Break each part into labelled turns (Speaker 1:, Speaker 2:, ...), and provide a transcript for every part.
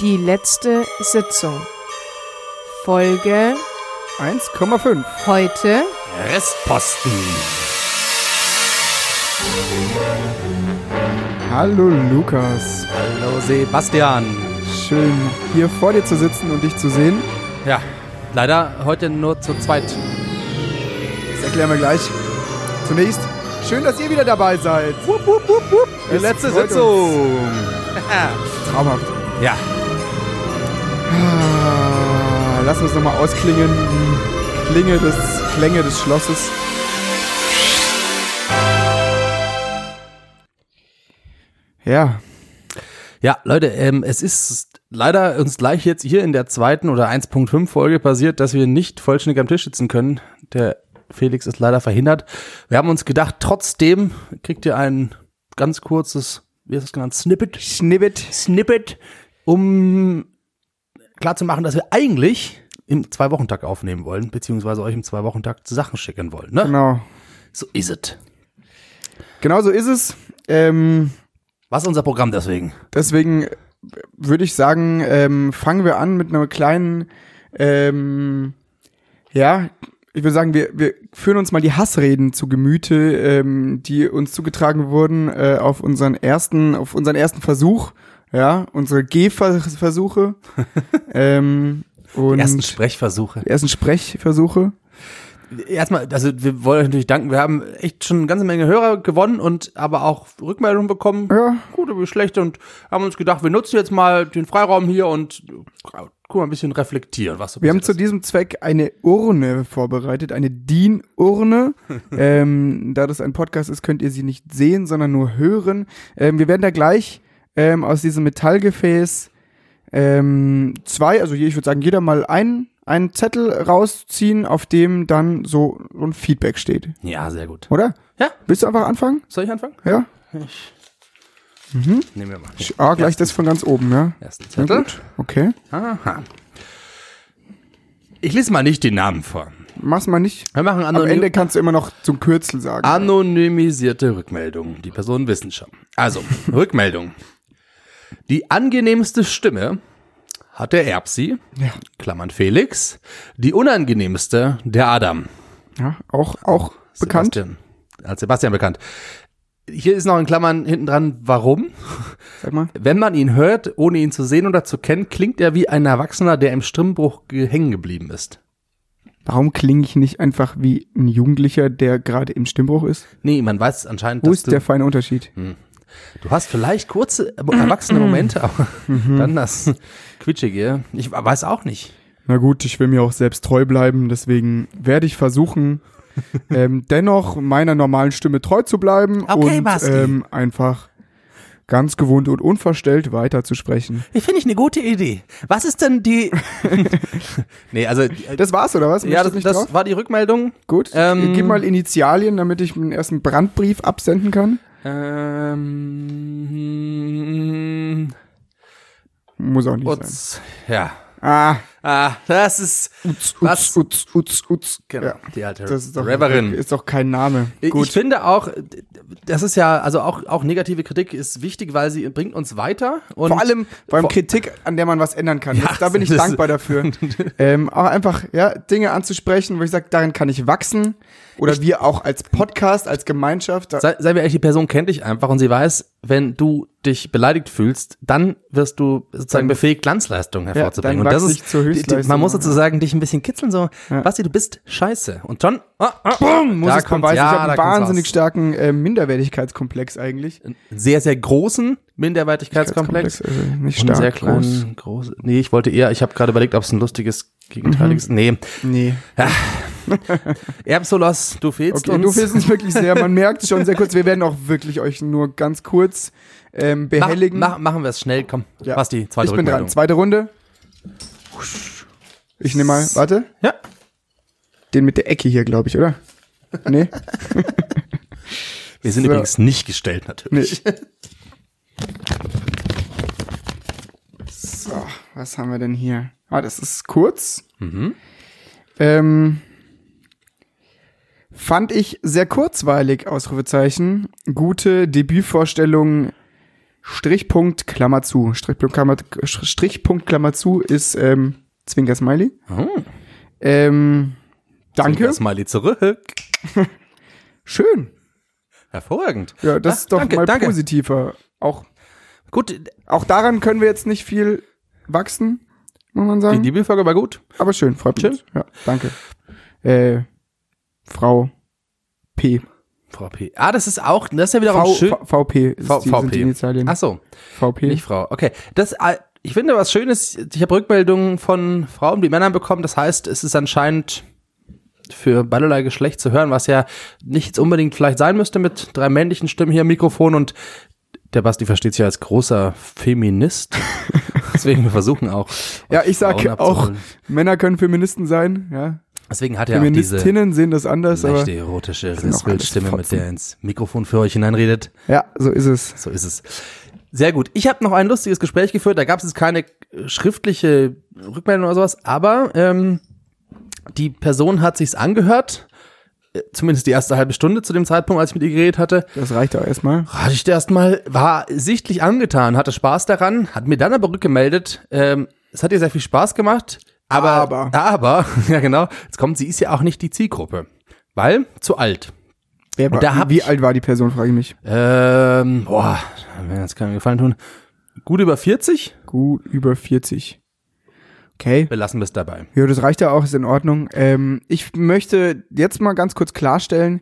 Speaker 1: Die letzte Sitzung. Folge
Speaker 2: 1,5.
Speaker 1: heute
Speaker 3: Restposten.
Speaker 2: Hallo Lukas.
Speaker 3: Hallo Sebastian.
Speaker 2: Schön, hier vor dir zu sitzen und dich zu sehen.
Speaker 3: Ja, leider heute nur zu zweit.
Speaker 2: Das erklären wir gleich. Zunächst, schön, dass ihr wieder dabei seid.
Speaker 3: Die
Speaker 2: Es
Speaker 3: letzte
Speaker 2: freut
Speaker 3: Sitzung.
Speaker 2: uns. Traumhaft.
Speaker 3: Ja,
Speaker 2: Ah, Lass uns nochmal ausklingen. Die Klinge des, Klänge des Schlosses. Ja,
Speaker 3: ja, Leute, ähm, es ist leider uns gleich jetzt hier in der zweiten oder 1.5 Folge passiert, dass wir nicht vollständig am Tisch sitzen können. Der Felix ist leider verhindert. Wir haben uns gedacht, trotzdem kriegt ihr ein ganz kurzes, wie ist das genannt, Snippet
Speaker 2: Schnibbit.
Speaker 3: Snippet, um klarzumachen, dass wir eigentlich im Zwei-Wochentakt aufnehmen wollen, beziehungsweise euch im Zwei-Wochentakt Sachen schicken wollen. Ne?
Speaker 2: Genau.
Speaker 3: So ist es.
Speaker 2: Genau so ist es. Ähm,
Speaker 3: Was ist unser Programm deswegen?
Speaker 2: Deswegen äh, würde ich sagen, ähm, fangen wir an mit einer kleinen, ähm, ja, ich würde sagen, wir, wir führen uns mal die Hassreden zu Gemüte, ähm, die uns zugetragen wurden äh, auf unseren ersten, auf unseren ersten Versuch, ja, unsere Gehversuche ähm, und
Speaker 3: Die ersten
Speaker 2: die
Speaker 3: Sprechversuche.
Speaker 2: ersten Sprechversuche.
Speaker 3: Erstmal, also wir wollen euch natürlich danken. Wir haben echt schon eine ganze Menge Hörer gewonnen und aber auch Rückmeldungen bekommen.
Speaker 2: Ja.
Speaker 3: Gute wie schlechte und haben uns gedacht, wir nutzen jetzt mal den Freiraum hier und äh, guck mal ein bisschen reflektieren, was so
Speaker 2: Wir haben zu
Speaker 3: passiert
Speaker 2: diesem Zweck eine Urne vorbereitet, eine DIN-Urne. ähm, da das ein Podcast ist, könnt ihr sie nicht sehen, sondern nur hören. Ähm, wir werden da gleich ähm, aus diesem Metallgefäß ähm, zwei, also je- ich würde sagen, jeder mal einen, einen Zettel rausziehen, auf dem dann so so ein Feedback steht,
Speaker 3: ist. Ja, sehr gut.
Speaker 2: oder?
Speaker 3: Ja,
Speaker 2: Willst du einfach anfangen?
Speaker 3: soll ich anfangen?
Speaker 2: Ja?
Speaker 3: Nehmen wir mal.
Speaker 2: Ah, gleich das von ganz oben, ja?
Speaker 3: Ersten
Speaker 2: Na
Speaker 3: Zettel.
Speaker 2: gut, okay.
Speaker 3: Aha. Ich lese mal nicht den Namen vor.
Speaker 2: Mach's mal nicht.
Speaker 3: Wir machen
Speaker 2: Am
Speaker 3: anonym
Speaker 2: Ende kannst du immer noch zum Kürzel sagen.
Speaker 3: anonymisierte Rückmeldungen. Die Personen wissen schon. Also, Rückmeldung. Die angenehmste Stimme hat der Erbsi,
Speaker 2: Ja.
Speaker 3: Klammern Felix. Die unangenehmste der Adam.
Speaker 2: Ja, auch, auch bekannt.
Speaker 3: Sebastian. Als Sebastian bekannt. Hier ist noch in Klammern hinten dran, warum?
Speaker 2: Sag mal.
Speaker 3: Wenn man ihn hört, ohne ihn zu sehen oder zu kennen, klingt er wie ein Erwachsener, der im Stimmbruch ge- hängen geblieben ist.
Speaker 2: Warum klinge ich nicht einfach wie ein Jugendlicher, der gerade im Stimmbruch ist?
Speaker 3: Nee, man weiß anscheinend,
Speaker 2: Wo
Speaker 3: dass
Speaker 2: ist
Speaker 3: du
Speaker 2: der feine Unterschied?
Speaker 3: Du hast vielleicht kurze äh, erwachsene Momente, aber dann das Quitschige. Ich weiß auch nicht.
Speaker 2: Na gut, ich will mir auch selbst treu bleiben, deswegen werde ich versuchen, ähm, dennoch meiner normalen Stimme treu zu bleiben
Speaker 3: Okay,
Speaker 2: und
Speaker 3: Basti.
Speaker 2: ähm, einfach ganz gewohnt und unverstellt weiterzusprechen.
Speaker 3: Ich finde ich eine gute Idee. Was ist denn die. nee, also. äh,
Speaker 2: Das war's, oder was?
Speaker 3: ja,
Speaker 2: Möchtest
Speaker 3: das,
Speaker 2: du nicht drauf?
Speaker 3: das war die Rückmeldung.
Speaker 2: Gut, Äh,
Speaker 3: ähm,
Speaker 2: gib mal Initialien, damit ich meinen ersten Brandbrief absenden kann.
Speaker 3: Ähm.
Speaker 2: Muss auch nicht sein.
Speaker 3: Utz. Ja.
Speaker 2: Ah,
Speaker 3: Ah, das ist. Utz,
Speaker 2: Utz, Utz, Utz, Utz.
Speaker 3: Genau,
Speaker 2: Ja.
Speaker 3: die alte
Speaker 2: Das ist doch,
Speaker 3: Reverin.
Speaker 2: ist doch kein Name.
Speaker 3: Ich finde auch, das ist ja, also auch, auch negative Kritik ist wichtig, weil sie bringt uns weiter. Und
Speaker 2: Vor allem, vor allem
Speaker 3: Vor-
Speaker 2: Kritik, an der man was ändern kann.
Speaker 3: Ja,
Speaker 2: das, da bin ich
Speaker 3: das-
Speaker 2: dankbar dafür. ähm, auch einfach ja, Dinge anzusprechen, wo ich sage, darin kann ich wachsen. Oder wir auch als Podcast, als Gemeinschaft. Da,
Speaker 3: Sei, sei mir ehrlich, die Person kennt dich einfach und sie weiß, wenn du dich beleidigt fühlst, dann wirst du sozusagen befähigt, Glanzleistungen hervorzubringen.
Speaker 2: dann
Speaker 3: und das
Speaker 2: wachse ich
Speaker 3: ist,
Speaker 2: zur
Speaker 3: die, die,
Speaker 2: Höchstleistung.
Speaker 3: man muss sozusagen dich ein bisschen kitzeln, so, Basti, du bist scheiße. Und schon, ah, ah, boom,
Speaker 2: muss
Speaker 3: da
Speaker 2: es
Speaker 3: kommt,
Speaker 2: beweisen. ich habe
Speaker 3: ja,
Speaker 2: einen
Speaker 3: da kommt's
Speaker 2: wahnsinnig
Speaker 3: raus.
Speaker 2: starken äh, Minderwertigkeitskomplex eigentlich.
Speaker 3: Einen sehr, sehr großen Minderwertigkeitskomplex.
Speaker 2: Komplex, also nicht
Speaker 3: Und
Speaker 2: stark,
Speaker 3: sehr
Speaker 2: groß.
Speaker 3: kleinen, groß. Nee, ich wollte eher, ich habe gerade überlegt, ob es ein lustiges, gegenteiliges,
Speaker 2: Mhm.
Speaker 3: nee.
Speaker 2: Nee.
Speaker 3: Erbsolos, du fehlst
Speaker 2: Okay, du
Speaker 3: uns.
Speaker 2: fehlst uns wirklich sehr. Man merkt schon sehr kurz. Wir werden auch wirklich euch nur ganz kurz ähm,
Speaker 3: mach,
Speaker 2: behelligen.
Speaker 3: mach, machen wir es schnell, komm.
Speaker 2: Ja.
Speaker 3: Basti, zweite
Speaker 2: Ich bin dran.
Speaker 3: Rückmeldung.
Speaker 2: Zweite Runde. Ich nehme mal, warte.
Speaker 3: Ja.
Speaker 2: Den mit der Ecke hier, glaube ich, oder? Nee?
Speaker 3: Wir sind
Speaker 2: So.
Speaker 3: übrigens nicht gestellt, natürlich.
Speaker 2: Nee. So, was haben wir denn hier? Ah, das ist kurz.
Speaker 3: Mhm.
Speaker 2: Ähm, fand ich sehr kurzweilig, Ausrufezeichen. Gute Debütvorstellung Strichpunkt, Klammer zu. Strichpunkt, Klammer, Strichpunkt, Klammer zu ist ähm, Zwinker Smiley.
Speaker 3: Oh.
Speaker 2: Ähm, danke.
Speaker 3: Das Smiley zurück.
Speaker 2: Schön.
Speaker 3: Hervorragend.
Speaker 2: Ja, das
Speaker 3: Ah,
Speaker 2: ist doch
Speaker 3: danke,
Speaker 2: mal
Speaker 3: danke.
Speaker 2: positiver. Auch,
Speaker 3: Gut,
Speaker 2: auch daran können wir jetzt nicht viel wachsen, muss man
Speaker 3: die
Speaker 2: sagen.
Speaker 3: Liebe-Folge war gut.
Speaker 2: Aber schön, freut
Speaker 3: Schön.
Speaker 2: mich. Ja, danke. Äh, Frau P.
Speaker 3: Frau P. Ah, das ist auch, das ist ja wiederum
Speaker 2: V,
Speaker 3: schön.
Speaker 2: v, VP ist
Speaker 3: V-
Speaker 2: die, sind die Initialien.
Speaker 3: Ach so,
Speaker 2: VP.
Speaker 3: nicht Frau. Okay, das, äh, ich finde was Schönes, ich habe Rückmeldungen von Frauen, die Männern bekommen, das heißt, es ist anscheinend für beiderlei Geschlecht zu hören, was ja nicht jetzt unbedingt vielleicht sein müsste mit drei männlichen Stimmen hier am Mikrofon und der Basti versteht sich ja als großer Feminist. Deswegen, wir versuchen auch.
Speaker 2: ja, ich sag
Speaker 3: Frauen
Speaker 2: auch,
Speaker 3: abzuholen.
Speaker 2: Männer können Feministen sein. Ja.
Speaker 3: Deswegen hat er auch diese
Speaker 2: Feministinnen sehen das anders, aber
Speaker 3: leichte erotische
Speaker 2: sind auch alles
Speaker 3: Rispelstimme, mit
Speaker 2: Fotzen.
Speaker 3: der er ins Mikrofon für euch hineinredet.
Speaker 2: ja, so ist es.
Speaker 3: So ist es. Sehr gut. Ich habe noch ein lustiges Gespräch geführt. Da gab es jetzt keine äh, schriftliche Rückmeldung oder sowas, aber ähm, die Person hat sich's angehört. Äh, Zumindest die erste halbe Stunde zu dem Zeitpunkt, als ich mit ihr geredet hatte.
Speaker 2: Das reicht auch erstmal.
Speaker 3: Hatte ich erstmal, war sichtlich angetan, hatte Spaß daran, hat mir dann aber rückgemeldet. Ähm, es hat ihr sehr viel Spaß gemacht. Aber,
Speaker 2: Aber.
Speaker 3: aber, ja genau, jetzt kommt, sie ist ja auch nicht die Zielgruppe. Weil zu alt.
Speaker 2: Wer war,
Speaker 3: da hab
Speaker 2: wie
Speaker 3: ich-
Speaker 2: alt war die Person, frage ich mich.
Speaker 3: Ähm, boah, mir jetzt keinen Gefallen tun. Gut über 40?
Speaker 2: Gut über 40. Okay.
Speaker 3: Wir lassen es dabei.
Speaker 2: Ja, das reicht ja auch, ist in Ordnung. Ähm, ich möchte jetzt mal ganz kurz klarstellen,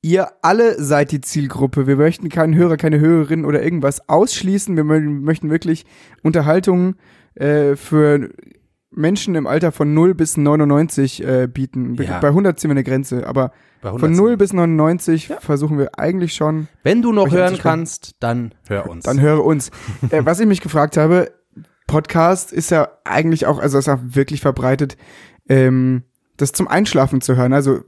Speaker 2: ihr alle seid die Zielgruppe. Wir möchten keinen Hörer, keine Hörerin oder irgendwas ausschließen. Wir mö- möchten wirklich Unterhaltung äh, für Menschen im Alter von 0 bis 99 äh, bieten. Be-
Speaker 3: Ja.
Speaker 2: Bei 100 ziehen wir eine Grenze, aber
Speaker 3: Bei 100
Speaker 2: von
Speaker 3: sind-
Speaker 2: 0 bis 99 versuchen wir eigentlich schon,
Speaker 3: Wenn du noch
Speaker 2: Euch
Speaker 3: hören
Speaker 2: anzusprechen.
Speaker 3: kannst, dann hör uns.
Speaker 2: dann höre uns. äh, was ich mich gefragt habe, Podcast ist ja eigentlich auch, also ist ja wirklich verbreitet, ähm, das zum Einschlafen zu hören. Also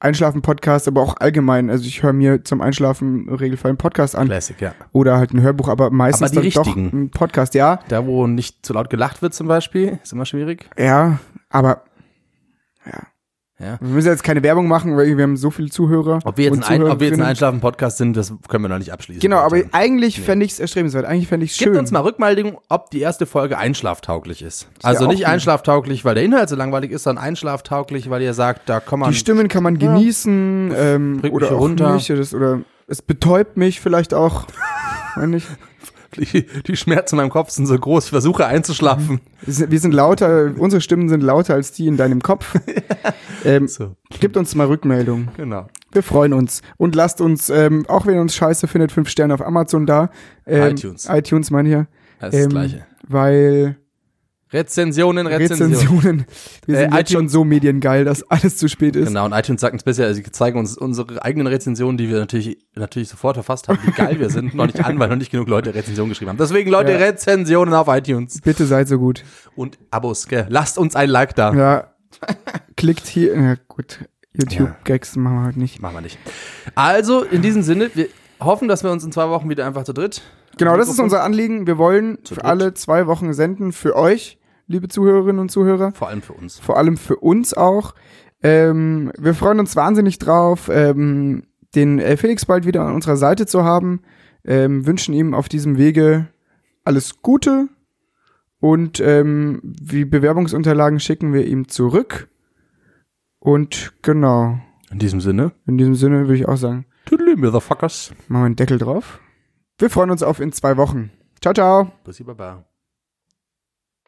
Speaker 2: Einschlafen-Podcast, aber auch allgemein. Also ich höre mir zum Einschlafen im Regelfall einen Podcast an
Speaker 3: Classic, ja.
Speaker 2: oder halt ein Hörbuch, aber meistens
Speaker 3: Aber die
Speaker 2: dann doch
Speaker 3: richtigen.
Speaker 2: ein Podcast. Ja,
Speaker 3: Da, wo nicht zu laut gelacht wird zum Beispiel, ist immer schwierig.
Speaker 2: ja, aber
Speaker 3: Ja.
Speaker 2: wir müssen jetzt keine Werbung machen, weil wir haben so viele Zuhörer.
Speaker 3: Ob wir jetzt
Speaker 2: und
Speaker 3: ein, ein, ob wir jetzt ein
Speaker 2: Zuhörerinnen.
Speaker 3: Einschlafen-Podcast sind, das können wir noch nicht abschließen.
Speaker 2: Genau, aber
Speaker 3: Leute.
Speaker 2: eigentlich fände ich es erstrebenswert. Eigentlich fände ich es schön.
Speaker 3: Gebt uns mal Rückmeldung, ob die erste Folge einschlaftauglich ist. Also
Speaker 2: auch
Speaker 3: nicht
Speaker 2: gut.
Speaker 3: einschlaftauglich, weil der Inhalt so langweilig ist, sondern einschlaftauglich, weil ihr sagt, da kann man.
Speaker 2: Die Stimmen kann man genießen ähm,
Speaker 3: bringt
Speaker 2: oder
Speaker 3: mich
Speaker 2: auch
Speaker 3: runter.
Speaker 2: nicht. Oder, das, oder es betäubt mich vielleicht auch. Weiß nicht.
Speaker 3: die, die Schmerzen in meinem Kopf sind so groß, ich versuche einzuschlafen.
Speaker 2: Wir sind- wir sind lauter, unsere Stimmen sind lauter als die in deinem Kopf. ähm,
Speaker 3: So,
Speaker 2: Gibt uns mal Rückmeldung.
Speaker 3: genau.
Speaker 2: Wir freuen uns. Und lasst uns, ähm, auch wenn ihr uns scheiße findet, fünf Sterne auf Amazon da. Ähm,
Speaker 3: iTunes.
Speaker 2: iTunes meine ich ja.
Speaker 3: Das ist
Speaker 2: Ähm,
Speaker 3: das Gleiche.
Speaker 2: Weil
Speaker 3: Rezensionen, Rezensionen.
Speaker 2: Rezensionen, wir
Speaker 3: Äh,
Speaker 2: sind jetzt schon
Speaker 3: iTunes-
Speaker 2: so mediengeil, dass alles zu spät ist.
Speaker 3: Genau, und iTunes sagt uns bisher, sie zeigen uns unsere eigenen Rezensionen, die wir natürlich, natürlich sofort verfasst haben, wie geil wir sind, noch nicht an, weil noch nicht genug Leute Rezensionen geschrieben haben. Deswegen, Leute,
Speaker 2: Ja.
Speaker 3: Rezensionen auf iTunes
Speaker 2: Bitte seid so gut.
Speaker 3: und Abos. Gell? Lasst uns ein Like da.
Speaker 2: Ja, klickt hier. Ja, gut. YouTube-Gags machen wir halt nicht.
Speaker 3: Machen wir nicht. Also, in diesem Sinne, wir hoffen, dass wir uns in zwei Wochen wieder einfach zu dritt.
Speaker 2: Genau, das ist unser Anliegen. Wir wollen für
Speaker 3: dritt.
Speaker 2: alle zwei Wochen senden, für euch, liebe Zuhörerinnen und Zuhörer,
Speaker 3: Vor allem für uns.
Speaker 2: vor allem für uns auch. Ähm, wir freuen uns wahnsinnig drauf, ähm, den äh, Felix bald wieder an unserer Seite zu haben. Ähm, wünschen ihm auf diesem Wege alles Gute und ähm, die Bewerbungsunterlagen schicken wir ihm zurück. Und genau,
Speaker 3: In diesem Sinne.
Speaker 2: in diesem Sinne würde ich auch sagen,
Speaker 3: Tüdelü, Motherfuckers.
Speaker 2: machen wir einen Deckel drauf. Wir freuen uns auf in zwei Wochen. Ciao, ciao.
Speaker 3: Bussi Baba.